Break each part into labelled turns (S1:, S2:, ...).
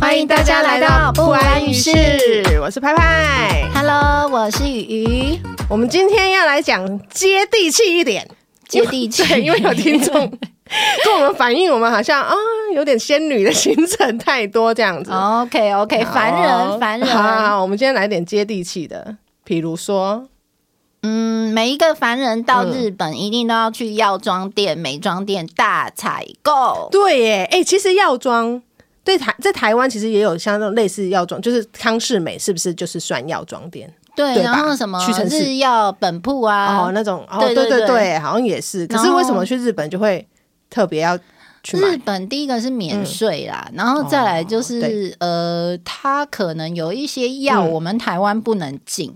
S1: 欢迎大家来到不安于室，我是派派。
S2: Hello，我是雨雨，
S1: 我们今天要来讲接地气一点，
S2: 接地气
S1: 对，因为有 听 众跟我们反映，我们好像啊有点仙女的行程太多这样子。
S2: OK OK，
S1: 好
S2: 烦人烦
S1: 好好
S2: 人，
S1: 好，我们今天来点接地气的，比如说，嗯
S2: 嗯，每一个凡人到日本一定都要去药妆店、美妆店大采购。
S1: 对耶，哎、其实药妆。对台在台湾其实也有像那种类似药妆，就是康士美是不是就是算药妆店？
S2: 对，
S1: 对吧
S2: 然后什么
S1: 屈臣氏
S2: 日药本铺
S1: 哦
S2: 啊，，
S1: 那种哦，对
S2: 对对
S1: 对
S2: 对
S1: 对，好像也是。可
S2: 然
S1: 是为
S2: 后
S1: 什么去日本就会特别要去
S2: 日
S1: 买？嗯哦
S2: 本第一个是免税啦，然后再来就是、呃，它可能有一些药
S1: 嗯
S2: 我们台湾不能进，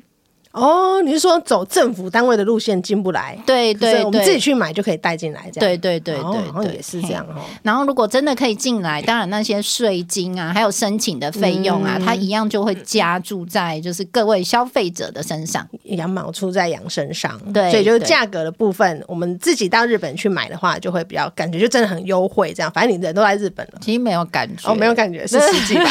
S1: 哦，你是说走政府单位的路线进不来？
S2: 对
S1: 可是
S2: 对
S1: 我们自己
S2: 对，
S1: 去买就可以带进来，这样
S2: 对对对
S1: 哦好
S2: 对
S1: 像
S2: 对，
S1: 也是这样哦。
S2: 然后如果真的可以进来，当然那些税金啊，还有申请的费用
S1: 嗯
S2: 啊，它一样就会加注在就是各位消费者的身上。
S1: 羊毛出在羊身上，
S2: 对
S1: 所以就是
S2: 对
S1: 价格的部分，我们自己到日本去买的话，就会比较感觉就真的很优惠，这样。反正你人都在日本了，
S2: 其实没有感觉，
S1: 哦，没有感觉是实际吧？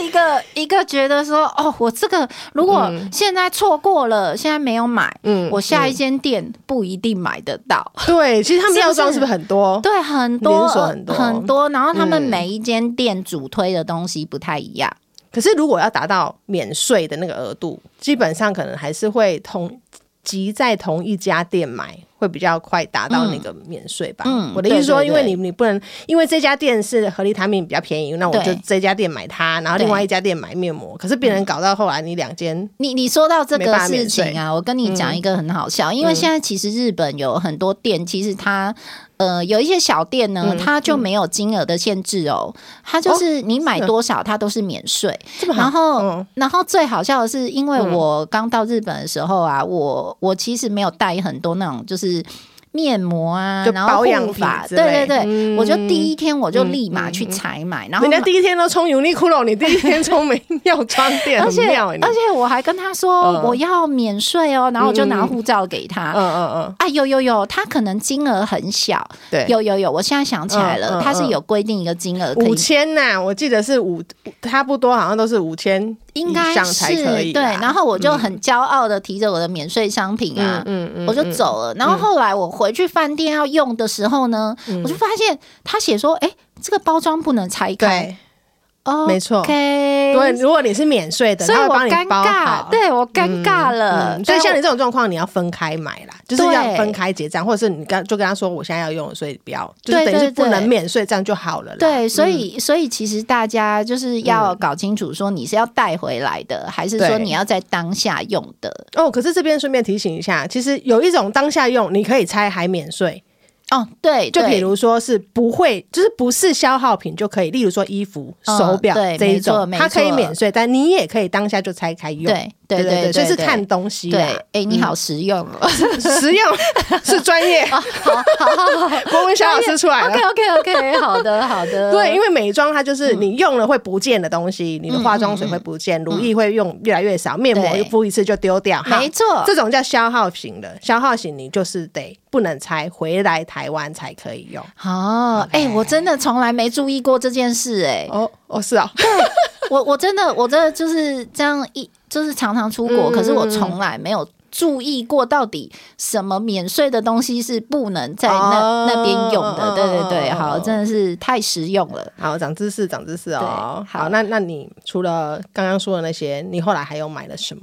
S2: 是一个一个觉得说，哦，我这个如果现在错过了，现在没有买，
S1: 嗯
S2: 我下一间店不一定买得到。
S1: 对，其实他们
S2: 是不
S1: 药妆
S2: 是
S1: 是不是很多？
S2: 对，很多
S1: 连锁很多
S2: 很多，然后他们
S1: 嗯
S2: 每一间店主推的东西不太一样。
S1: 可是如果要达到免税的那个额度，基本上可能还是会同集在同一家店买，会比较快达到那个免税吧。
S2: 嗯嗯
S1: 我的意思说，
S2: 对对
S1: 因为你你不能因为这家店是合力他命比较便宜，那我就
S2: 对
S1: 这家店买它，然后另外一家店买面膜。可是别人搞到后来，你两间
S2: 你你说到这
S1: 没
S2: 个
S1: 办法免
S2: 事
S1: 税嗯
S2: 情啊，我跟你讲一个很好笑，因为现在其实日本有很多店，其实它呃有一些小店
S1: 嗯
S2: 呢，它就没有金额的限制哦，它就是你买
S1: 是啊
S2: 多少它都是免税。
S1: 这么好
S2: 然后
S1: 嗯，
S2: 然后最好笑的是，因为我刚到日本的时候啊，我我其实没有带很多那种就是。面膜啊，
S1: 就
S2: 然后
S1: 保养
S2: 护发，
S1: 品
S2: 对
S1: 之类
S2: 对对，
S1: 嗯
S2: 我就第一天我就立马去采买，然后
S1: 人家
S2: 买
S1: 第一天都冲 Uniqlo，你第一天冲美药妆店，
S2: 而
S1: 很
S2: 且
S1: 妙欸你
S2: 而且我还跟他说
S1: 嗯
S2: 我要免税哦，然后我就拿护照给
S1: 嗯
S2: 他。
S1: 嗯嗯，
S2: 啊，有有有，他可能金额很小，
S1: 对，
S2: 有有有，我现在想起来
S1: 嗯嗯
S2: 了，他
S1: 嗯
S2: 是有规定一个金额可以
S1: 五千呐，我记得是五，差不多好像都是五千
S2: 应该
S1: 以上才
S2: 是
S1: 可以啦。
S2: 对，然后我就很骄傲的提着我的免税商品啊，
S1: 嗯嗯嗯
S2: 我就走了。然后后来我回去饭店要用的时候呢，我就发现他写说，哎、这个包装不能拆开，
S1: 对，
S2: 哦，
S1: 没错
S2: ，OK，
S1: 如果如果你是免税的，
S2: 所以
S1: 他会
S2: 我
S1: 帮你
S2: 尴
S1: 包好
S2: 尬，。对我尴尬了，
S1: 嗯所以
S2: 但
S1: 像
S2: 我
S1: 你这种状况，你要分开买啦，就是
S2: 对
S1: 要分开结账，或者是你跟就跟他说我现在要用，所以不要，就是
S2: 对
S1: 等于是
S2: 对
S1: 不能
S2: 对
S1: 免税，这样就好了啦。嗯
S2: 对，所以、所以其实大家就是要搞清楚，说你是要带回来的，还是说
S1: 对
S2: 你要在当下用的？
S1: 哦，可是这边顺便提醒一下，其实有一种当下用你可以拆还免税，
S2: 哦，对，
S1: 就比
S2: 对
S1: 如说是不会，就是不是消耗品就可以，例如说衣服、
S2: 嗯
S1: 手表
S2: 对
S1: 这一
S2: 没错
S1: 种，
S2: 没
S1: 它可以
S2: 错
S1: 免税，但你也可以当下就拆开用。
S2: 对对
S1: 对
S2: 对，
S1: 所以是
S2: 对
S1: 看东西
S2: 对，
S1: 啦嗯
S2: 哎。、你好实用哦。
S1: 实用是专业，国文小老师出来
S2: OK
S1: 了。
S2: OK OK，好的好的，
S1: 对，因为美妆它
S2: 嗯
S1: 就是你用了会不见的东西，你的化妆水会不见，乳液会用越来越少，面膜
S2: 对
S1: 敷一次就丢掉，哈
S2: 没错哦
S1: 这种叫消耗型的。消耗型你就是得不能拆，回来台湾才可以用。
S2: 哦，哎、我真的从来没注意过这件事、哎、
S1: 哦哦，是啊，
S2: 我我真的我真的就是这样一就是常常出国，
S1: 嗯
S2: 可是我
S1: 嗯嗯
S2: 从来没有注意过到底什么免税的东西是不能在那、
S1: 哦
S2: 那边用的。对对对，
S1: 哦
S2: 好，真的是太实用了。
S1: 好，长知识，长知识哦。
S2: 对
S1: 好，
S2: 好
S1: 那那你除了刚刚说的那些，你后来还有买了什么？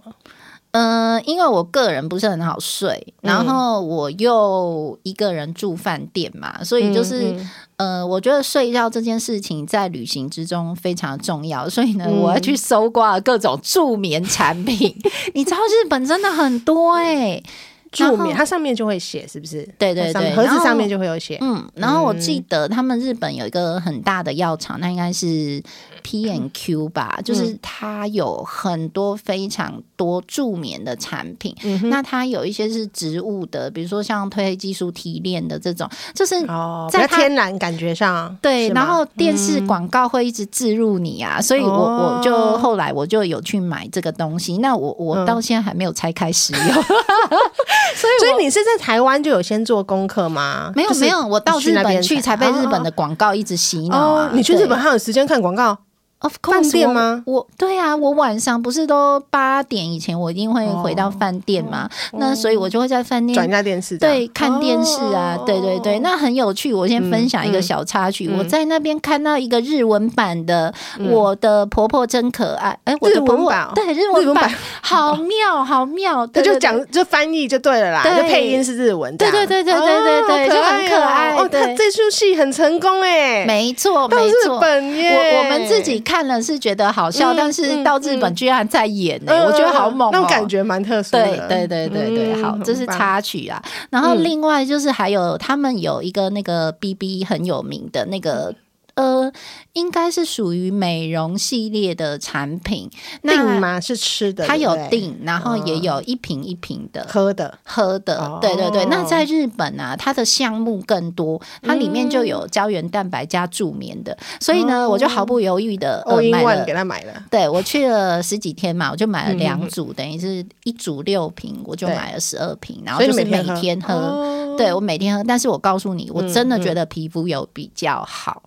S2: 嗯、因为我个人不是很好睡，
S1: 嗯
S2: 然后我又一个人住饭店嘛，所
S1: 嗯
S2: 以就是、呃，我觉得睡觉这件事情在旅行之中非常重要，所以呢，
S1: 嗯
S2: 我要去搜刮各种助眠产品。 你知道日本真的很多哎、然
S1: 助
S2: 后
S1: 眠，它上面就会写，是不是？
S2: 对对
S1: 它上面
S2: 对
S1: 盒
S2: 然
S1: 子
S2: 后
S1: 上面就会有写。
S2: 嗯，然后我记得他们日本有一个很大的药厂，那应该是 P N Q 吧，就是
S1: 嗯
S2: 它有很多非常多助眠的产品。
S1: 嗯
S2: 那它有一些是植物的，比如说像褪黑激素提炼的这种，就是
S1: 哦，比
S2: 在
S1: 较
S2: 它
S1: 天然感觉上，
S2: 对，
S1: 是吗
S2: 然
S1: 嗯
S2: 后电视广告会一直置入你啊，所以我
S1: 哦
S2: 我就
S1: 嗯
S2: 后来我就有去买这个东西。那我我到现在还没有拆开使用，所以
S1: 所
S2: 我
S1: 以你是在台湾就有先做功课吗？
S2: 没有
S1: 就是
S2: 没有，我到
S1: 去
S2: 日
S1: 那边
S2: 本去才被日本的
S1: 哦
S2: 广告一直洗脑
S1: 哦
S2: 啊。
S1: 你去
S2: 对
S1: 日本还有时间看广告？
S2: ？Of course，
S1: 饭店
S2: 我
S1: 吗
S2: 我对啊，我晚上不是都八点以前，我一定会回到饭店嘛。那所以我就会在饭
S1: 哦转一
S2: 店。
S1: 下电视这样，
S2: 对，看电视啊，
S1: 哦
S2: 对对对，那很有趣。我先分享一个小插曲，
S1: 嗯嗯嗯
S2: 我在那边看到一个日文版的《我的婆婆真可爱》，哎，我的
S1: 日文
S2: 婆婆
S1: 版哦
S2: 对日
S1: 日
S2: 文
S1: 文版
S2: 版，好妙，好妙，
S1: 他
S2: 对
S1: 就
S2: 对对
S1: 讲就翻译就对了啦，
S2: 对
S1: 就配音是日文这样，
S2: 对对对对对对对
S1: 哦
S2: 就很可爱
S1: 哦。哦
S2: 对
S1: 他这出戏很成功哎，
S2: 没错，
S1: 到
S2: 没
S1: 日
S2: 错。
S1: 本耶，
S2: 我我们自己看了是觉得好笑，
S1: 嗯
S2: 但是到日本居然在演呢、
S1: 嗯，
S2: 我觉得好猛、哦
S1: 那种感。觉蛮特殊
S2: 对
S1: 的，
S2: 对对对对，
S1: 嗯
S2: 好，这是。插曲啊。然后
S1: 嗯
S2: 另外就是还有他们有一个那个 B B 很有名的那个。呃，应该是属于美容系列的产品，
S1: 很棒定
S2: 那
S1: 吗？是吃的，
S2: 它有
S1: 对不对
S2: 定，然后也有一瓶一瓶的，
S1: 喝的，
S2: 喝的
S1: 哦，
S2: 对对对。那在日本啊，它的项目更多，它里面就
S1: 嗯
S2: 有胶原蛋白加助眠的，所以
S1: 哦
S2: 呢，我就毫不犹豫的呃
S1: 欧哦英
S2: 买
S1: 万
S2: 了
S1: 给。他买了。
S2: 对我去了十几天嘛，我就买了两组，等于是一组六瓶，我就
S1: 嗯对
S2: 买了十二瓶，然后
S1: 所以
S2: 就
S1: 你
S2: 是
S1: 每
S2: 每
S1: 天喝
S2: 天喝。
S1: 哦
S2: 对我每天喝，但是我告诉你，我真的
S1: 嗯嗯
S2: 觉得皮肤有比较好。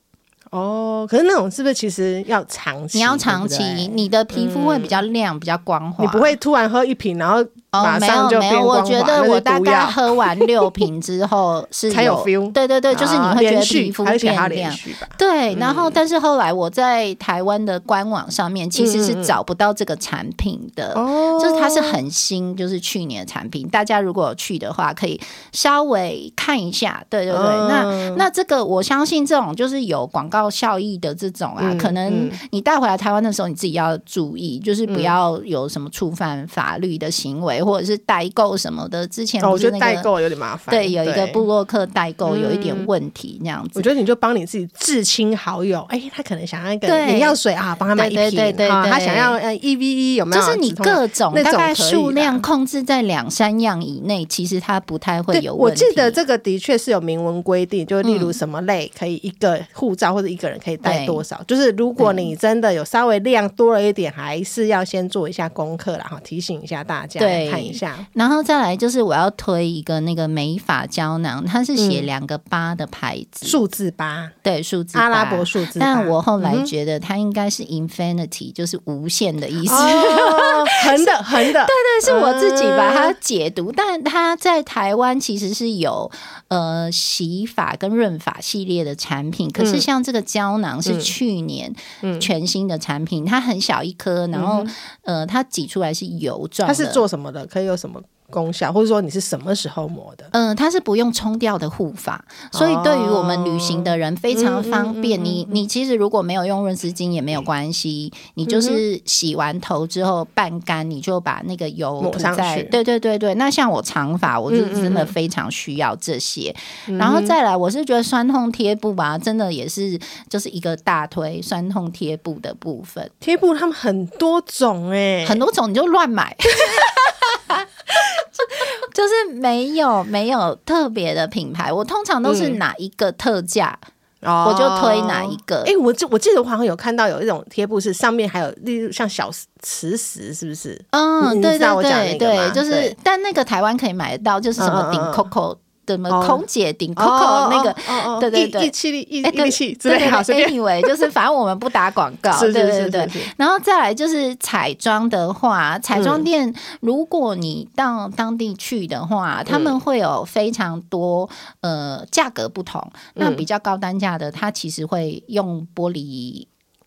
S1: 哦，可是那种是不是其实要长期？
S2: 你要长
S1: 对
S2: 期
S1: 不，对嗯
S2: 你的皮肤会比较亮，比较光滑。
S1: 你不会突然喝一瓶，然后
S2: 哦
S1: 马，
S2: 没
S1: 上
S2: 有
S1: 就
S2: 没
S1: 变
S2: 有，
S1: 光滑，
S2: 我觉得
S1: 那是
S2: 我
S1: 毒
S2: 大概
S1: 药
S2: 喝完六瓶之 后是
S1: 才有 feel
S2: 对对对，就是你
S1: 啊
S2: 会觉
S1: 连
S2: 得
S1: 续
S2: 皮肤
S1: 而且还要
S2: 变
S1: 连
S2: 亮。
S1: 续吧。嗯
S2: 对，然后但是后来我在台湾的官网上面其实
S1: 嗯嗯嗯
S2: 是找不到这个产品的，
S1: 哦
S2: 就是它是很新，就是去年的产品。大家如果有去的话，可以稍微看一下。对对对，
S1: 嗯
S2: 那那这个我相信这种就是有广告效益的这种啊，
S1: 嗯
S2: 可能
S1: 嗯
S2: 你带回来台湾的时候，你自己要注意，就是不要
S1: 嗯
S2: 有什么触犯法律的行为，或者是代购什么的。之前
S1: 哦，我
S2: 不
S1: 觉
S2: 是
S1: 得
S2: 那
S1: 代
S2: 个。
S1: 购有点麻烦。
S2: 对，有一个布洛克代购有一点问题，那样子
S1: 嗯我。觉得你就帮你自己至亲好友，哎、他可能想要一个
S2: 对
S1: 眼药水啊，帮他买一瓶。
S2: 对对对
S1: 啊
S2: 对
S1: 他想要呃 E V E 有没
S2: 就
S1: 有？
S2: 是你
S1: 止痛药
S2: 各种
S1: 那
S2: 大
S1: 种
S2: 概
S1: 可以
S2: 数量
S1: 啦
S2: 控制在两三样以内，其实它不太会
S1: 对，
S2: 有
S1: 我
S2: 问题。嗯
S1: 记得这个的确是有明文规定，就是例如什么类可以一个护照或者一个人可以带
S2: 对
S1: 多少。就是如果你真的有稍微量多了一点，还是要先做一下功课啦，哈，提醒一下大家
S2: 对
S1: 看一下。
S2: 然后再来就是我要推一个那个美发胶囊，它是
S1: 嗯
S2: 写两个八的牌子，
S1: 数字八，
S2: 对数字八
S1: 阿拉伯。数字八。
S2: 但我后来觉得它应该是 infinity，、就是无限的意思。
S1: 哦，横的横的，
S2: 但是我自己把它解读，但它在台湾其实是有呃洗发跟润发系列的产品，
S1: 嗯
S2: 可是像这个胶囊是去年全新的产品，它很小一颗，然后、呃它挤出来是油状
S1: 嗯它
S2: 的，
S1: 是做什么的？可以有什么功效？或者说你是什么时候抹的？哦
S2: 嗯，它是不用冲掉的护发，所以对于我们旅行的人非常方便。
S1: 嗯
S2: 你你其实如果没有用润丝巾也没有关系，你就是洗完头之后半干，你就把那个油
S1: 抹
S2: 涂
S1: 上
S2: 在。
S1: 去
S2: 对对对对，那像我长发，我是真的非常需要这些。
S1: 嗯
S2: 然后再来，我是觉得酸痛贴布吧，真的也是就是一个大推酸痛贴布的部分，
S1: 贴布他们很多种哎、
S2: 很多种你就乱买。 就是没有没有特别的品牌，我通常都
S1: 嗯
S2: 是哪一个特价、
S1: 哦
S2: 我就推哪一个。
S1: 哎、我记我记得我好像有看到有一种贴布是上面还有，例如像小磁石，是不是？你
S2: 嗯，
S1: 你
S2: 对
S1: 知道我讲
S2: 对对
S1: 那个吗
S2: 对，就是
S1: 对
S2: 但那个台湾可以买得到，就是什么顶
S1: 嗯嗯嗯
S2: Coco 的什
S1: 哦
S2: 么空姐顶 Coco 那个。
S1: 哦哦
S2: 对对对
S1: 一一气力一
S2: 哎对
S1: 一气之
S2: 对
S1: 类，
S2: 对
S1: 好随
S2: 对
S1: 便。
S2: ，anyway，就是反正我们不打广告，
S1: 是
S2: 对
S1: 是是
S2: 对
S1: 是
S2: 对
S1: 是。是
S2: 然后再来就是彩妆的话，彩妆
S1: 嗯
S2: 店如果你到当地去的话，他们会有非常多呃价格不同。
S1: 嗯
S2: 那比较高单价的，它其实会用玻璃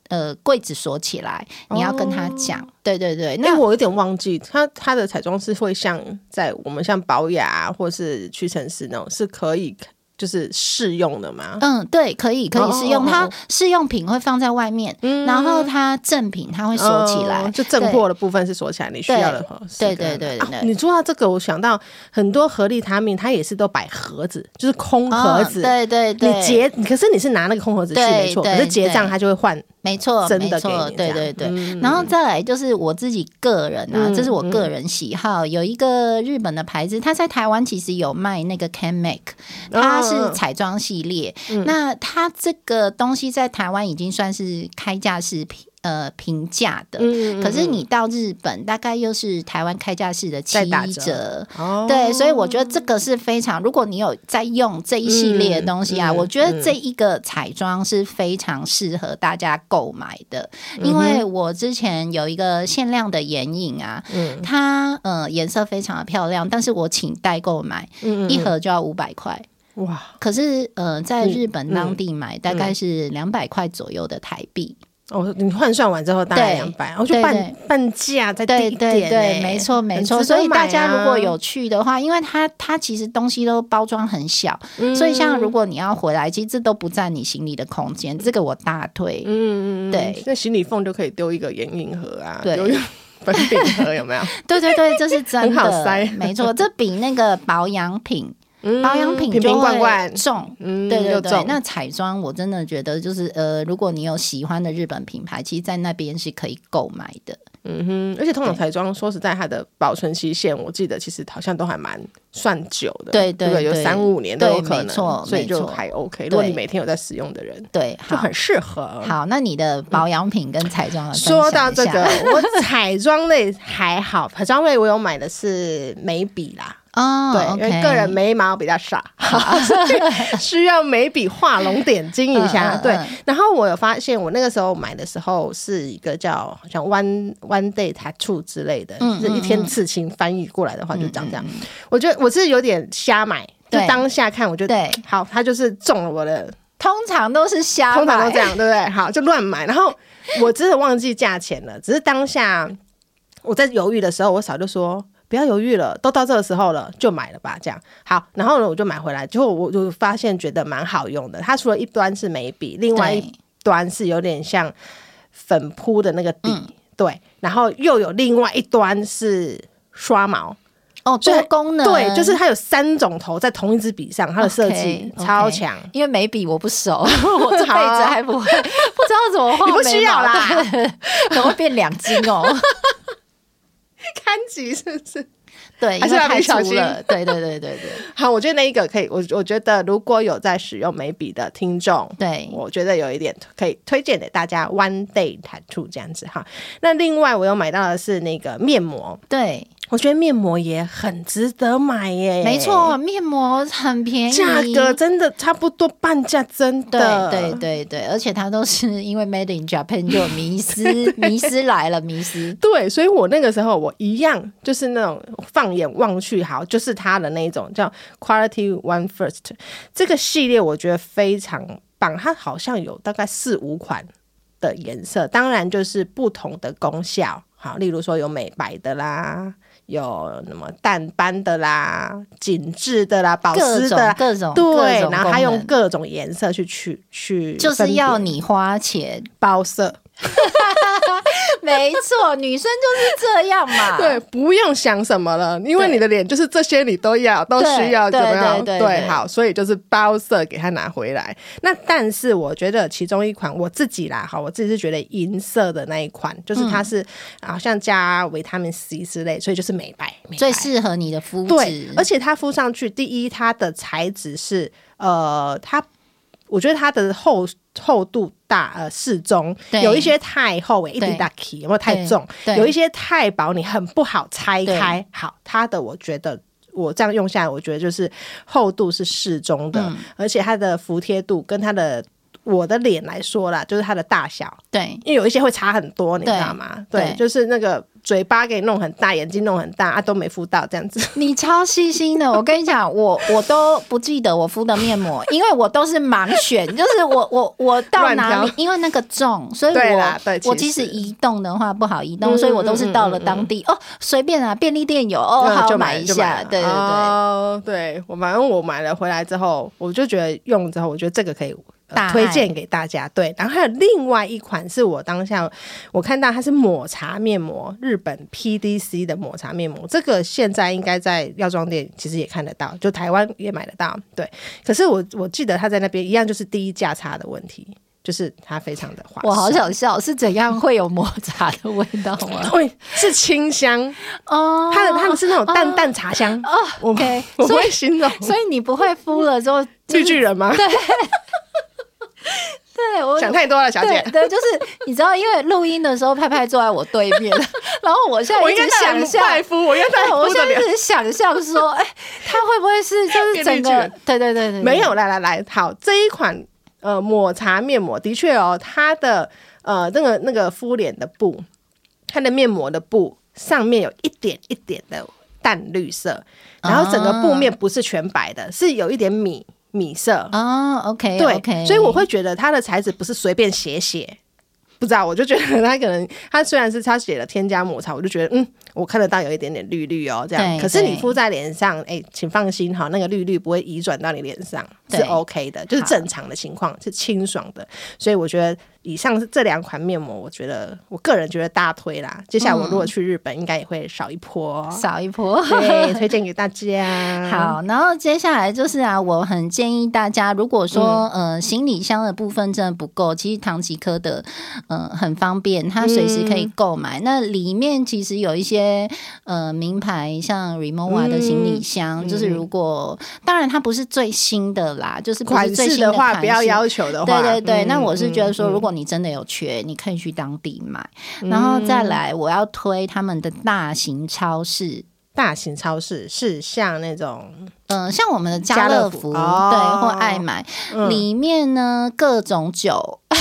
S2: 呃柜子锁起来，你要跟他讲。对对对，
S1: 那
S2: 那
S1: 哦我有点忘记，它它的彩妆是会像在我们像保养啊，或是屈臣氏那种是可以就是试用的吗？
S2: 嗯，对，可以可以试用，
S1: 哦哦哦嗯
S2: 它试用品会放在外面，嗯然后它正品它会锁起来
S1: 哦。就正货的部分是锁起来，你需要的盒是
S2: 对
S1: 跟
S2: 对对
S1: 啊
S2: 对
S1: 你说到这个，我想到很多合利他命，它也是都摆盒子，就是空盒子。
S2: 嗯对对对，
S1: 你结，可是你是拿那个空盒子去
S2: 对
S1: 没错，可
S2: 对
S1: 是结账
S2: 对
S1: 它就会换
S2: 没错，
S1: 真
S2: 没
S1: 的
S2: 错，
S1: 给你这
S2: 对
S1: 样
S2: 对对。
S1: 嗯
S2: 然后再来就是我自己个人啊，这是我个人喜好，有一个日本的牌子，它在台湾其实有卖那个 Can Make，它
S1: 嗯
S2: 是
S1: 嗯
S2: 彩妆系列。那它这个东西在台湾已经算是开价是品。呃平价的，
S1: 嗯
S2: 可是你到日本大概又是台湾开价式的七
S1: 再打
S2: 折
S1: 折。哦
S2: 对，所以我觉得这个是非常，如果你有在用这一系列的东西啊，
S1: 嗯嗯
S2: 我觉得这一个彩妆是非常适合大家购买的，
S1: 嗯
S2: 因为我之前有一个限量的眼影啊，
S1: 嗯
S2: 它呃颜色非常的漂亮，但是我请代购买，
S1: 嗯
S2: 一盒就要五百块。
S1: 哇
S2: 可是，呃，在
S1: 嗯
S2: 日本当地买大概是两百块左右的台币，
S1: 哦，你换算完之后大概
S2: 对
S1: 两百，然后就
S2: 对
S1: 半
S2: 对
S1: 半价再低
S2: 对
S1: 一
S2: 对
S1: 点
S2: 对，
S1: 欸，
S2: 没错没
S1: 很
S2: 错。
S1: 值得
S2: 所以大家
S1: 买啊
S2: 如果有去的话，因为它它其实东西都包装很小，
S1: 嗯，
S2: 所以像如果你要回来，其实这都不占你行李的空间，这个我大推。
S1: 嗯嗯嗯，
S2: 对
S1: 那行李缝就可以丢一个眼影盒 啊，
S2: 对
S1: 丢一个粉饼盒有没有？
S2: 对对对，这是真
S1: 很
S2: 的，
S1: 好塞
S2: 没错，这比那个保养品
S1: 嗯
S2: 保养品
S1: 瓶
S2: 就
S1: 瓶
S2: 会
S1: 罐罐，
S2: 重。
S1: 嗯，
S2: 对对
S1: 又
S2: 对
S1: 重，
S2: 那彩妆我真的觉得就是呃，如果你有喜欢的日本品牌，其实，在那边是可以购买的。
S1: 嗯哼，而且通常
S2: 对
S1: 彩妆说实在，它的保存期限，我记得其实好像都还蛮算久的，
S2: 对对
S1: 不对，有
S2: 对
S1: 三五年都有可
S2: 对没
S1: 能，
S2: 错
S1: 所以
S2: 没
S1: 就
S2: 错
S1: 还 OK。
S2: 对
S1: 如果你每天有在使用的人，
S2: 对，
S1: 就
S2: 好，
S1: 很适合。
S2: 好，那你的保养品跟彩妆的分享一下
S1: 说到这个，我彩妆类还好，彩妆类我有买的是眉笔啦，
S2: 哦，
S1: 对，
S2: OK
S1: 因为个人眉毛比 较少，所以需要眉笔画龙点睛一下。
S2: 嗯嗯
S1: 对
S2: 嗯，
S1: 然后我有发现，我那个时候买的时候是一个叫好像 One One Day Tattoo 之类的，
S2: 嗯
S1: 就是一天刺青，翻译过来的话就长这样。我觉得我是有点瞎买，就
S2: 对
S1: 当下看我觉得
S2: 对
S1: 好，它就是中了我的，
S2: 通常都是瞎买，
S1: 通常都这样，对不对？好，就乱买，然后我真的忘记价钱了，只是当下我在犹豫的时候，我嫂就说。不要犹豫了，都到这个时候了，就买了吧。这样好，然后呢，我就买回来，结果我就发现觉得蛮好用的。它除了一端是眉笔，另
S2: 对，
S1: 外一端是有点像粉扑的那个底，对，然后又有另外一端是刷毛，
S2: 哦，
S1: 所以
S2: 多功能，
S1: 对，就是它有三种头在同一支笔上，它的设计
S2: OK，OK
S1: 超强。
S2: 因为眉笔我不 熟，我这辈子还不会，不知道怎么画眉毛，
S1: 你不需要啦
S2: 对， 可能会变两斤 哦。
S1: 看几是不是？
S2: 对，因
S1: 还是
S2: 为
S1: 要
S2: 太
S1: 不小
S2: 粗
S1: 心
S2: 了。对对对对对
S1: 好，我觉得那一个可以，我我觉得如果有在使用眉笔的听众，
S2: 对，
S1: 我觉得有一点可以推荐给大家，One Day Tattoo 这样子哈。那另外我有买到的是那个面膜，
S2: 对，
S1: 我觉得面膜也很值得买耶，
S2: 没错，面膜很便宜，
S1: 价格真的差不多半价，真
S2: 对
S1: 的。
S2: 对对对，而且它都是因为 Made in Japan 就有迷 失，迷失来了，迷失。
S1: 对所以我那个时候我一样就是那种放眼望去，好，就是它的那一种叫 Quality One First 这个系列，我觉得非常棒，它好像有大概四五款的颜色，当然就是不同的功效，好，例如说有美白的啦。有什么淡斑的啦、紧致的啦、保
S2: 各
S1: 湿的
S2: 种
S1: 啦，
S2: 各种
S1: 对，然后它
S2: 还
S1: 用各种颜色去去去，
S2: 就是要你花钱，
S1: 包色，
S2: 没错，女生就是这样 嘛。
S1: 对，不用想什么了，因为
S2: 对
S1: 你的脸就是这些你都要都需要，
S2: 对
S1: 怎么样？
S2: 对对对
S1: 好，所以就是包色给它拿回来。那但是我觉得其中一款我自己啦，哈，我自己是觉得银色的那一款，就是它
S2: 嗯
S1: 是好像加维他命 C 之类，所以就是美白，美白
S2: 最适合你的肤质。
S1: 对，而且它敷上去，第一它的材质是呃，它我觉得它的厚厚度大呃适中，
S2: 对
S1: 有一些太厚欸诶、一滴
S2: 对
S1: 大 key 有没有太
S2: 对
S1: 重？
S2: 对
S1: 有一些太薄，你很不好拆开。好，它的我觉得。我这样用下来，我觉得就是厚度是适中的，
S2: 嗯
S1: 而且它的服帖度跟它的我的脸来说啦，就是它的大小
S2: 对
S1: 因为有一些会差很多，你知
S2: 对
S1: 道吗？对，
S2: 对
S1: 就是那个嘴巴给你弄很大，眼睛弄很大啊，都没敷到这样子。
S2: 你超细心的，我跟你讲，我我都不记得我敷的面膜， 因为我都是盲选，就是我我我到哪
S1: 乱
S2: 里
S1: 挑，
S2: 因为那个重，所以
S1: 对
S2: 我
S1: 啦对
S2: 我即
S1: 其实
S2: 使移动的话不好移动，
S1: 嗯
S2: 所以我都是到了当地、哦，随便啊，便利店有哦，
S1: 嗯
S2: 好
S1: 就
S2: 买
S1: 了
S2: 一
S1: 就买
S2: 下，
S1: 了
S2: 对对对。
S1: 哦，对我反正我买了回来之后，我就觉得用了之后，我觉得这个可以、呃
S2: 大爱
S1: 推荐给大家。对，然后还有另外一款是我当下我看到它是抹茶面膜，日本 PDC 的抹茶面膜，这个现在应该在药妆店其实也看得到，就台湾也买得到。对，可是我我记得它在那边一样就是第一价差的问题，就是它非常的划算。
S2: 我好想笑，是怎样会有抹茶的味道吗？
S1: 喂，是清香，
S2: 哦，
S1: 它的它的是那种淡淡茶香。哦，我
S2: OK，
S1: 我
S2: 所以
S1: 会形容
S2: 所以你不会敷了之后，
S1: 绿巨人吗？
S2: 对我我
S1: 想太多了，小姐。
S2: 对对，就是你知道，因为录音的时候，派派坐在我对面， 然后我现在
S1: 我
S2: 一
S1: 应该
S2: 直
S1: 戴
S2: 想
S1: 了
S2: 象，
S1: 戴夫，我应该戴
S2: 对，我
S1: 夫
S2: 现
S1: 的
S2: 在一
S1: 脸。
S2: 直想象说，哎，他会不会是就是
S1: 变绿
S2: 整
S1: 巨
S2: 个
S1: 人？
S2: 对对对对，对
S1: 没有，来来来，好，这一款呃抹茶面膜的确哦，它的呃那个那个敷脸的布，它的面膜的布上面有一点一点的淡绿色，然后整个布面不是全白的，是有一点米米色。
S2: 啊，OK，
S1: 对
S2: OK，
S1: 所以我会觉得它的材质不是随便写写。不知道，我就觉得它可能，它虽然是它写了添加抹茶，我就觉得，嗯，我看得到有一点点绿绿哦，这样。
S2: 对
S1: 可是你
S2: 对
S1: 敷在脸上，哎、请放心哈，那个绿绿不会移转到你脸上，是
S2: 对
S1: OK 的，就是正常的情况，是清爽的。所以我觉得以上是这两款面膜，我觉得我个人觉得大推啦。接下来我如果去日本，应该也会少一波哦。
S2: 少一波。
S1: 对，推荐给大家。，
S2: 嗯 好，然后接下来就是啊，我很建议大家，如果说、
S1: 嗯
S2: 呃行李箱的部分真的不够，其实唐吉诃德呃很方便，它随时可以购
S1: 嗯
S2: 买。那里面其实有一些呃名牌，像 Remova
S1: 嗯
S2: 的行李箱，就是如果当然它不是最新的啦，就是不
S1: 款
S2: 是最
S1: 式
S2: 新的
S1: 的话
S2: 款
S1: 不要
S2: 式
S1: 要求的话，
S2: 对对对，
S1: 嗯
S2: 那我是觉得
S1: 嗯
S2: 说，如果你真的有缺，你可以去当地买，然后再
S1: 嗯
S2: 来，我要推他们的大型超市。
S1: 大型超市是像那种
S2: 嗯、像我们的家乐福
S1: 家乐福哦嗯
S2: 对或爱买、里面呢各种酒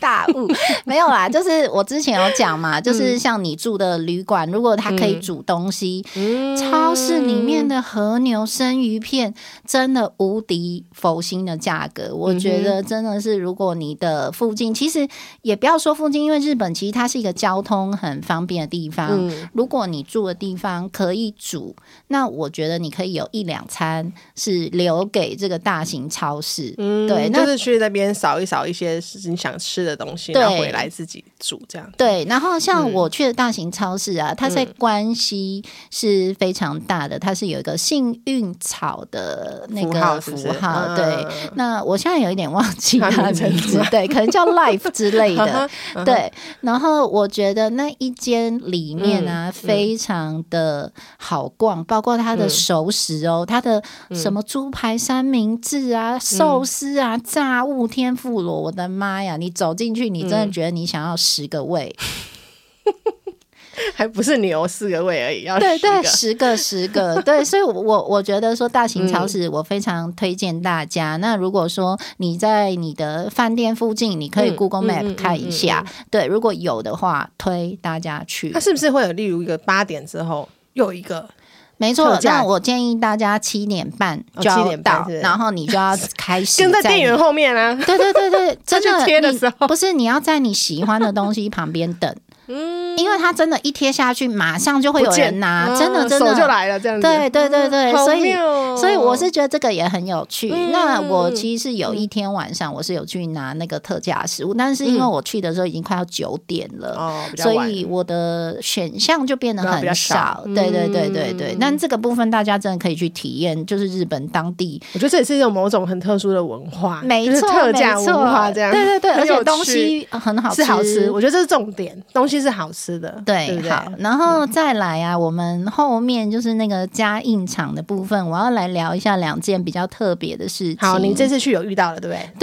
S2: 大雾没有啦，就是我之前有讲嘛，
S1: 嗯
S2: 就是像你住的旅馆，如果它可以煮东西，
S1: 嗯
S2: 超市里面的和牛生鱼片真的无敌佛心的价格，我
S1: 嗯
S2: 觉得真的是，如果你的附近，其实也不要说附近，因为日本其实它是一个交通很方便的地方。
S1: 嗯
S2: 如果你住的地方可以煮，那我觉得你可以有一两餐是留给这个大型超市。
S1: 嗯
S2: 对，那
S1: 就是去那边扫一扫一些你想吃的东西，
S2: 对
S1: 然后回来自己煮这样。
S2: 对，然后
S1: 嗯
S2: 像我去的大型超市啊，它在关西是非常大的，它是有一个幸运草的那
S1: 符号
S2: 个
S1: 是
S2: 符
S1: 不
S2: 号，
S1: 是嗯
S2: 对。那我现在有一点忘记它的
S1: 它名称
S2: 名
S1: 是
S2: 字，对，可能叫 Life 之类的，对。然后我觉得那一间里面啊，非常的好逛，包括它的熟食哦，它的什么猪排三明治啊、寿司啊、炸物天妇罗，我的妈呀！你走进去，你真的觉得你想要十个胃，
S1: 还不是牛四个胃而已，要
S2: 对
S1: 十个
S2: 对，十个十个，对，所以我，我我觉得说大型
S1: 嗯
S2: 超市，我非常推荐大家。那如果说你在你的饭店附近，你可以
S1: 嗯
S2: Google
S1: 嗯
S2: Map
S1: 嗯
S2: 看一下，对，如果有的话，推大家去
S1: 它。是不是会有例如一个八点之后又一个？
S2: 没错
S1: 特，价
S2: 那我建议大家七点半
S1: 哦
S2: 就
S1: 7
S2: 要
S1: 点半
S2: 到，
S1: 是
S2: 然后你就要开始
S1: 跟在
S2: 在
S1: 店员
S2: 你。
S1: 后面啊，
S2: 对对对对，真
S1: 他
S2: 的
S1: 去贴的
S2: 你
S1: 时候
S2: 不是你要在你喜欢的东西旁边 等，嗯，因为它真的，一贴下去马上就会有
S1: 不见
S2: 人拿，
S1: 啊
S2: 嗯真的真的
S1: 手就来了这样子。
S2: 对对对对，
S1: 好
S2: 所以
S1: 妙哦
S2: 所以我是觉得这个也很有趣。
S1: 嗯
S2: 那我其实有一天晚上我是有去拿那个特价食物，但是因为我去的时候已经快要九点了。
S1: 嗯哦，比较
S2: 所
S1: 晚
S2: 以我的选项就变得
S1: 比较比较
S2: 很
S1: 少
S2: 少，
S1: 嗯
S2: 对对对对对。但这个部分大家真的可以去体验，就是日本当地
S1: 我觉得这也是有某种很特殊的文化，
S2: 没
S1: 啊就是
S2: 错
S1: 特
S2: 没
S1: 价文
S2: 错
S1: 化这样。
S2: 对对对，
S1: 很
S2: 而
S1: 有
S2: 且东
S1: 趣
S2: 西很好
S1: 是
S2: 吃，
S1: 好吃，我觉得这是重点，东西是好吃的，
S2: 对，
S1: 不对？嗯
S2: 好，然后再来啊，我们后面就是那个加印厂的部分，我要来聊一下两件比较特别的事情。
S1: 好，你这次去有遇到了，对不对？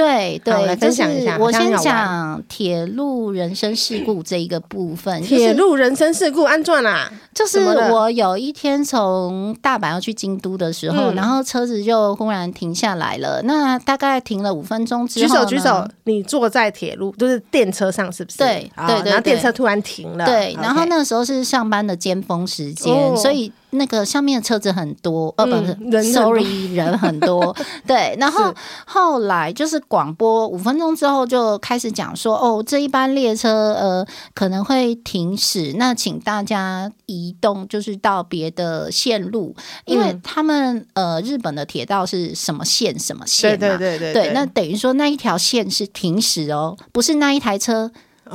S2: 对
S1: 好来
S2: 对，
S1: 分享一
S2: 就
S1: 下
S2: 是我
S1: 好像
S2: 先
S1: 要玩
S2: 讲铁路人身事故这一个部 分。
S1: 铁路人身事故安啊转啦，
S2: 就是
S1: 怎么了
S2: 我有一天从大阪要去京都的时候，
S1: 嗯
S2: 然后车子就忽然停下来了。那大概停了五分钟之
S1: 举
S2: 后，
S1: 手举手。，你坐在铁路就是电车上是不是？
S2: 对
S1: 啊
S2: 对对
S1: 然后电
S2: 对
S1: 车突然停了，
S2: 对，
S1: OK
S2: 然后？那时候是上班的尖峰时间，
S1: 哦
S2: 所以那个上面的车子很多，呃，不
S1: 嗯
S2: 是
S1: 人很多
S2: s o r r y 人很 多。对，然后后来就是广播五分钟之后就开始讲说，哦，这一班列车呃可能会停驶，那请大家移动，就是到别的线路，因为
S1: 嗯
S2: 他们、呃日本的铁道是什么线什么线
S1: 对
S2: 嘛，
S1: 对对对
S2: 对那等于说那一条线是停驶哦，不是那一台车。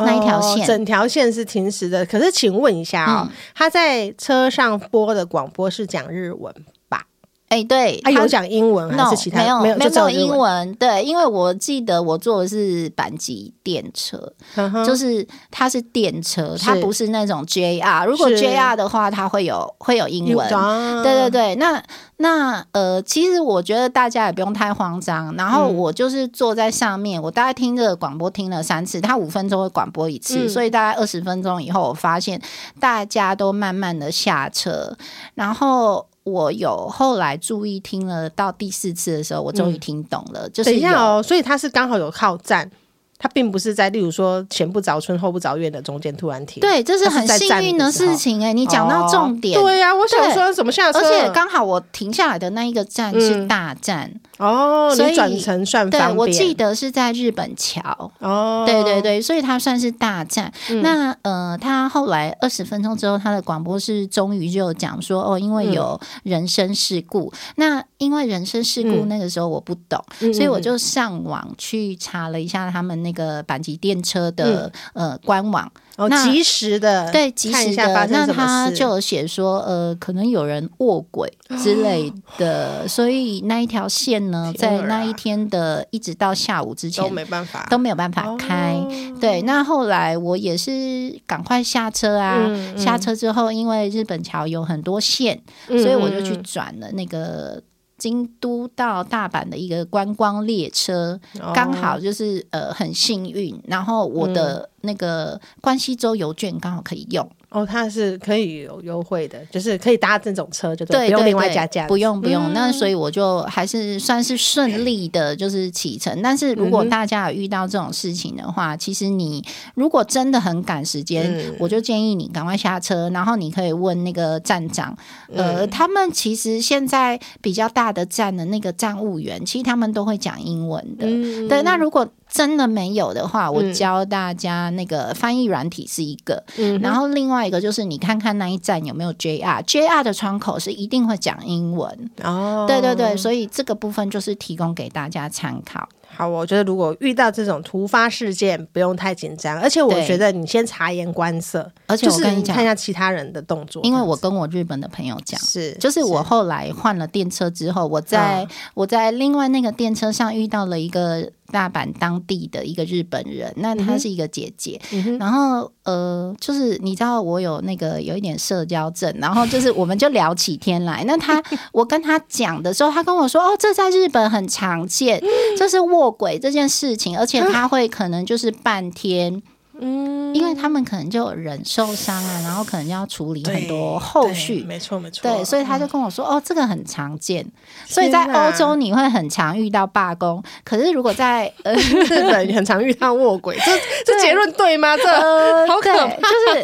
S2: 那一条线嗯
S1: 哦整条线是停驶的。可是请问一下哦，他在车上播的广播是讲日文吧？
S2: 哎，对，
S1: 他
S2: 它
S1: 有讲英文嗯还
S2: no
S1: 是其他？
S2: 没有
S1: 没就
S2: 没
S1: 只
S2: 有
S1: 日
S2: 英文，对，因为我记得我坐的是阪急电车，
S1: 嗯哼
S2: 就是它是电车，它
S1: 是
S2: 不是那种 JR。如果
S1: 是
S2: JR 的话，它会有会有英文。
S1: 啊
S2: 对对对，那那呃，其实我觉得大家也不用太慌张。然后
S1: 嗯
S2: 我就是坐在上面，我大概听这个广播听了三次，它五分钟会广播一次，
S1: 嗯
S2: 所以大概二十分钟以后，我发现大家都慢慢的下车，然后。我有后来注意听了到第四次的时候，我终于听懂了，就是
S1: 嗯等一下
S2: 有
S1: 哦，所以他是刚好有靠站，他并不是在例如说前不着村后不着院的中间突然停。
S2: 对，这是
S1: 它是
S2: 很
S1: 在
S2: 幸
S1: 站
S2: 运
S1: 的
S2: 的
S1: 时候
S2: 事情哎、你讲到
S1: 哦
S2: 重点，
S1: 对呀、我想
S2: 对
S1: 说怎么下车？
S2: 而且刚好我停下来的那一个站是
S1: 嗯
S2: 大站，
S1: 哦，
S2: 所以
S1: 你转乘算
S2: 对
S1: 方
S2: 我记
S1: 便
S2: 得是在日本桥，
S1: 哦，嗯
S2: 对对对，所以它算是大站。那呃，他后来二十分钟之后，他的广播是终于就有讲说哦，因为有人身事故。那因为人身事故
S1: 嗯
S2: 那个时候我不懂，
S1: 嗯，
S2: 所以我
S1: 嗯
S2: 就上网去查了一下他们那个阪急电车的、呃官网。
S1: 哦
S2: 那
S1: 及时的
S2: 对，及
S1: 嗯看一
S2: 时
S1: 下
S2: 的，
S1: 发生
S2: 那
S1: 什么
S2: 他
S1: 事，
S2: 就有写说，呃，可能有人卧轨之类的，所以那一条线呢，
S1: 天
S2: 在
S1: 儿
S2: 那一
S1: 啊
S2: 天的一直到下午之前
S1: 都没办法哦
S2: 都没有办法开。对，那后来我也是赶快下车啊，
S1: 嗯
S2: 下车之后，因为日本桥有很多线，
S1: 嗯
S2: 所以我就去
S1: 嗯
S2: 转了那个。京都到大阪的一个观光列车，
S1: 嗯
S2: 刚
S1: 哦
S2: 好就是呃很幸运，然后我
S1: 嗯
S2: 的那个关西州邮券刚好可以用，
S1: 哦，它是可以有优惠的，就是可以搭这种车，就
S2: 对，
S1: 不用
S2: 对
S1: 另外
S2: 对
S1: 加价，嗯
S2: 不用不用。那所以我就还是算是顺利的，就是启程。但是
S1: 嗯
S2: 如果大家有遇到这种事情的话，其实你如果真的很赶时间，
S1: 嗯
S2: 我就建议你赶快下车，然后你可以问那个站长，呃，
S1: 嗯
S2: 他们其实现在比较大的站的那个站务员，其实他们都会讲英文的。
S1: 嗯
S2: 对，那如果真的没有的话，我
S1: 嗯
S2: 教大家那个翻译软体是一个，
S1: 嗯
S2: 然后另外一个就是你看看那一站有没有 JR，JR 的窗口是一定会讲英文，
S1: 哦，
S2: 对对对，所以这个部分就是提供给大家参考。
S1: 好，我觉得如果遇到这种突发事件，不用太紧张，而且我
S2: 对
S1: 觉得你先察言观色，
S2: 而且
S1: 就
S2: 我
S1: 是
S2: 跟你
S1: 你
S2: 讲
S1: 看一，下其他人的动作，
S2: 因为我跟我日本的朋友讲。
S1: 是
S2: 就是我后来换了电车之后，我在、我在另外那个电车上遇到了一个大阪当地的一个日本人，那她是一个姐姐，然后呃，就是你知道我有那个有一点社交症，然后就是我们就聊起天来。那她我跟她讲的时候，她跟我说哦，这在日本很常见，这是卧轨这件事情，而且她会可能就是半天。嗯，因为他们可能就有人受伤啊，然后可能要处理
S1: 对
S2: 很多后
S1: 对
S2: 续，
S1: 没错没错，嗯
S2: 对，所以他就跟我说：“哦，这个很常见，所以在
S1: 天哪
S2: 欧洲你会很常遇到罢工。可是如果在呃
S1: 日本很常遇到卧轨， 这这
S2: 对
S1: 结论对吗？这
S2: 呃，
S1: 好可
S2: 对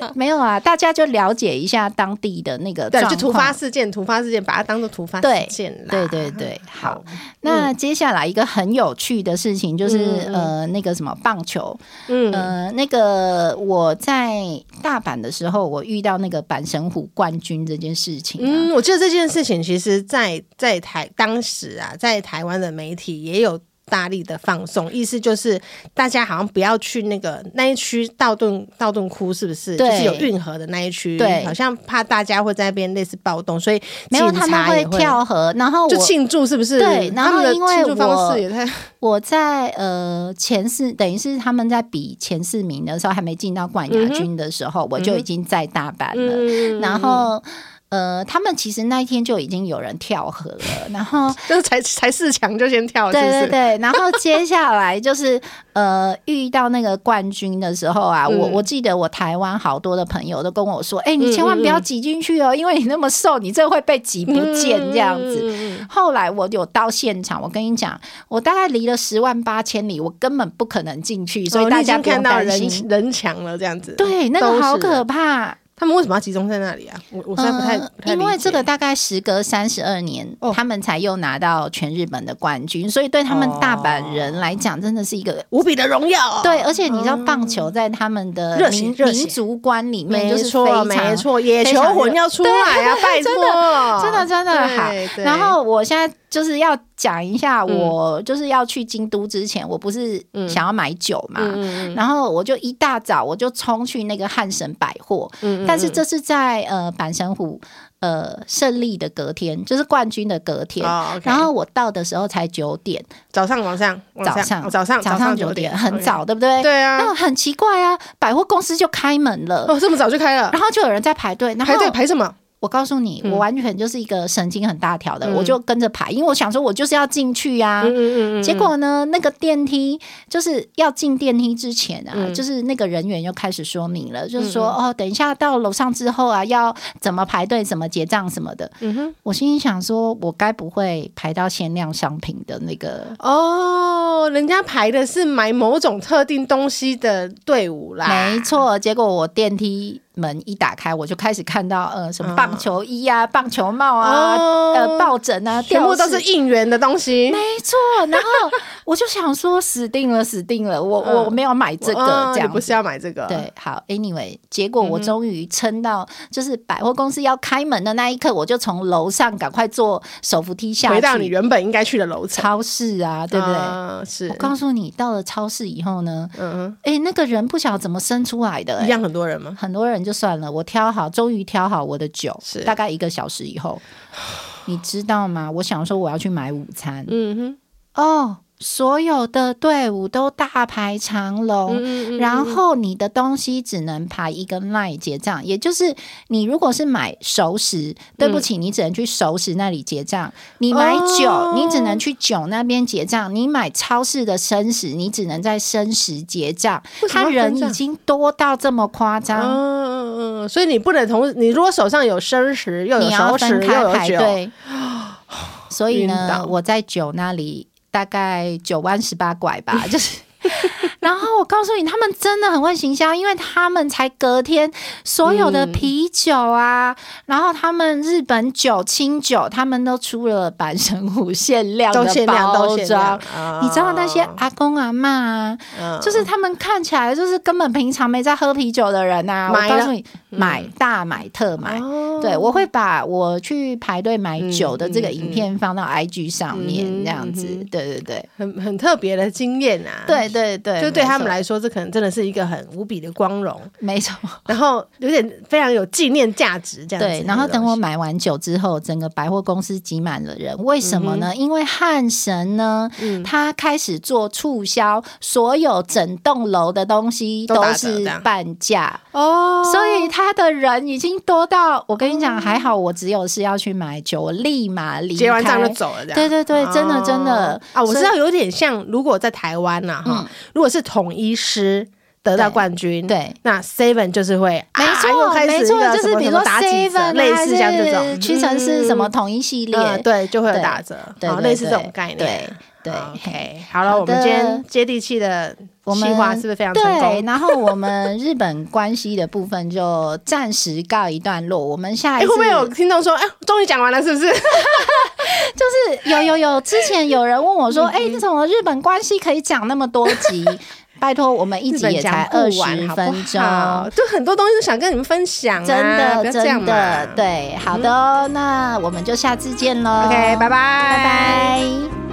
S2: 就是没有啊，大家就了解一下当地的那个
S1: 对
S2: 状
S1: 就
S2: 况。
S1: 突发事件，突发事件，把它当做突发事
S2: 对
S1: 件啦，
S2: 对
S1: 嗯
S2: 对对，好。
S1: 好，
S2: 那接下来一个很有趣的事情就是、
S1: 嗯嗯
S2: 呃，那个什么棒球，
S1: 嗯，
S2: 呃，那个我在大阪的时候，我遇到那个阪神虎冠军这件事情、啊。
S1: 嗯，我记得这件事情，其实在，在台当时啊，在台湾的媒体也有大力的放送，意思就是大家好像不要去那个那一区道顿道顿窟，是不是？
S2: 对
S1: 就是有运河的那一区，
S2: 对
S1: 好像怕大家会在那边类似暴动，所以
S2: 没有，
S1: 警
S2: 他们
S1: 察也
S2: 会跳河，然后我
S1: 就庆祝，是不是？
S2: 对然后
S1: 他们的
S2: 因为
S1: 庆祝方
S2: 我
S1: 式也太
S2: 我在呃前四，等于是他们在比前四名的时候，还没进到冠亚军的时候，我就已经在大阪了。
S1: 嗯
S2: 然后呃，他们其实那一天就已经有人跳河了，然后
S1: 就是才才四强就先跳，是不
S2: 对
S1: 是？
S2: 对对，然后接下来就是呃，遇到那个冠军的时候 啊，我
S1: 嗯
S2: 我记得我台湾好多的朋友都跟我说，哎、你千万不要挤进去哦，因为你那么瘦，你这会被挤不见这样子。
S1: 嗯
S2: 后来我有到现场，我跟你讲，我大概离了十万八千里，我根本不可能进去，所
S1: 哦
S2: 以
S1: 你
S2: 大
S1: 已
S2: 家
S1: 经
S2: 不用
S1: 看到
S2: 担
S1: 人
S2: 心。
S1: 人墙了，这样子。
S2: 对，那
S1: 都
S2: 个
S1: 是
S2: 好可
S1: 人
S2: 怕。
S1: 他们为什么要集中在那里啊？我我实在不太、
S2: 呃
S1: 不太
S2: 因为
S1: 理解
S2: 这个大概时隔三十二年，
S1: 哦
S2: 他们才又拿到全日本的冠军，所以对他们大阪
S1: 哦
S2: 人来讲，真的是一个。
S1: 无比的荣耀。哦
S2: 对，而且你知道棒球在他们的
S1: 热血
S2: 民
S1: 热血
S2: 民族观里面
S1: 没
S2: 就是非
S1: 错，
S2: 常
S1: 没错，野球魂要出来 啊！拜托，
S2: 真的真的
S1: 对
S2: 好
S1: 对。嗯
S2: 然后我现在就是要讲一下，我就是要去京都之前，我不是想要买酒嘛，
S1: 嗯
S2: 然后我就一
S1: 嗯哦
S2: 大早我就冲去那个汉神百货，但是这是在呃阪神虎呃胜利的隔天，就是冠军的隔天。
S1: 哦，OK
S2: 然后我到的时候才九点，
S1: 早上晚上晚
S2: 早
S1: 上
S2: 上
S1: 哦早上
S2: 早
S1: 上
S2: 上九
S1: 点
S2: 点，很。早，对不对？
S1: OK 对啊，
S2: 那很奇怪啊，百货公司就开门了，
S1: 哦，这么早就开了，
S2: 然后就有人在排队，然后
S1: 排队排什么？
S2: 我告诉你，
S1: 嗯
S2: 我完全就是一个神经很大条的，
S1: 嗯
S2: 我就跟着排，因为我想说，我就是要进去呀、
S1: 嗯嗯嗯嗯，
S2: 结果呢，那个电梯就是要进电梯之前啊，
S1: 嗯
S2: 就是那个人员又开始说明了，就是说哦，等一下到楼上之后啊，要怎么排队、怎么结账什么的。
S1: 嗯哼，
S2: 我心里想说，我该不会排到限量商品的那个？
S1: 哦，人家排的是买某种特定东西的队伍啦，
S2: 没错，结果我电梯门一打开，我就开始看到呃，什么棒球衣啊、棒球帽啊、
S1: 嗯哦
S2: 呃抱枕啊，
S1: 全部都
S2: 吊
S1: 是
S2: 饰
S1: 应援的东西，
S2: 没错，然 后我就想说死定了，死定了，我、
S1: 嗯
S2: 我没有买这个、
S1: 哦
S2: 这
S1: 你
S2: 样
S1: 不嗯
S2: 子。
S1: 是要买这个？，
S2: 对，好，anyway，结果我终于撑到就是百货公司要开门的那一刻，我就从楼上赶快坐手扶梯下去，
S1: 回到你原本应该去的楼层，
S2: 超市啊，对不对？
S1: 啊是
S2: 我，告诉你，到了超市以后呢，
S1: 嗯
S2: 哎，那个人不晓得怎么生出来的、
S1: 哼，一
S2: 诶
S1: 样很多人吗？
S2: 很多人就算了，我挑好，终于挑好我的酒
S1: 是，
S2: 大概一个小时以后，你知道吗？我想说我要去买午餐，
S1: 嗯哼，
S2: 哦，所有的队伍都大排长龙。
S1: 嗯嗯嗯
S2: 哦然后你的东西只能排一个 line 结账，也就是你如果是买熟食，
S1: 嗯
S2: 对不起，你只能去熟食那里结账；你买酒，
S1: 哦
S2: 你只能去酒那边结账；你买超市的生食，你只能在生食结账。
S1: 为什
S2: 他
S1: 么要
S2: 人啊
S1: 分
S2: 已
S1: 账
S2: 经多到这么夸张，
S1: 嗯嗯嗯，所以你不能同你如果手上有生食，又有
S2: 你要
S1: 熟
S2: 分
S1: 食，
S2: 开
S1: 又有
S2: 排
S1: 酒，
S2: 队。所以
S1: 晕
S2: 呢
S1: 倒，
S2: 我在酒那里大概九弯十八拐 吧，就是。然后我告诉你，他们真的很会行销，因为他们才隔天所有的啤酒啊，
S1: 嗯
S2: 然后他们日本酒、清酒，他们都出了阪神虎限量
S1: 都
S2: 的
S1: 限量，
S2: 包
S1: 都限量啊
S2: 装。。你知道那些阿公阿妈啊，
S1: 嗯
S2: 就是他们看起来就是根本平常没在喝啤酒的人啊，
S1: 买
S2: 我
S1: 了嗯
S2: 告诉你，买大买特买，
S1: 哦
S2: 对，我会把我去排队买酒的这个影片放到 IG 上
S1: 嗯嗯
S2: 面，这样子
S1: 嗯嗯。
S2: 对对对，
S1: 很很特别的经验啊。
S2: 对对对，
S1: 就对他们
S2: 没
S1: 来说，这可能真的是一个很无比的光荣，
S2: 错没错。
S1: 然后有点非常有纪念价值这样子的东
S2: 对
S1: 西。，
S2: 然后等我买完酒之后，整个百货公司挤满了人。为什
S1: 嗯
S2: 么呢？因为汉神呢，他开始做促销，所有整栋楼的东西
S1: 都
S2: 都
S1: 打折
S2: 是
S1: 这样
S2: 半价。
S1: 哦，
S2: 所以他的人已经多到，我跟你讲，还好我只有是要去买酒，我立马离开。
S1: 结完账就走了，这样。
S2: 对对对，真的真的
S1: 哦啊，我
S2: 所以嗯
S1: 知道有点像，如果在台湾呐、哈、如果是统一师得到
S2: 对
S1: 冠军，
S2: 对。
S1: 那 Seven 就是会，
S2: 没
S1: 啊、又
S2: 错，
S1: 开始
S2: 没
S1: 一
S2: 错，
S1: 个
S2: 就
S1: 什
S2: 是
S1: 么
S2: 比
S1: 什
S2: 如说
S1: 么打几折，
S2: seven 啊
S1: 类似像这种
S2: 屈臣氏什么统一系列，
S1: 嗯对，就会有
S2: 对
S1: 打折，
S2: 对
S1: 好
S2: 对
S1: 类似
S2: 对
S1: 这种概念。
S2: 对
S1: 好
S2: 对
S1: ，OK，好了，
S2: 好
S1: 我们
S2: 的
S1: 今天接地气的
S2: 我们
S1: 计划是不是非常成
S2: 对，
S1: 功？
S2: 然后我们日本关系的部分就暂时告一段落。我们下
S1: 哎、
S2: 一次
S1: 会不会有听众说，哎、终于讲完了，是不是？
S2: 就是呃有有有，之前有人问我 说，哎，你怎么日本关系可以讲那么多集？ 拜托，我们一
S1: 日
S2: 集
S1: 本
S2: 也
S1: 讲
S2: 才
S1: 不
S2: 二十
S1: 完好不
S2: 分钟，
S1: 好就很多东西都想跟你们分享、啊，
S2: 真
S1: 不
S2: 的
S1: 要这样
S2: 真
S1: 嘛
S2: 的，对，好的哦，那我们就下次见喽
S1: OK，拜拜，
S2: 拜拜。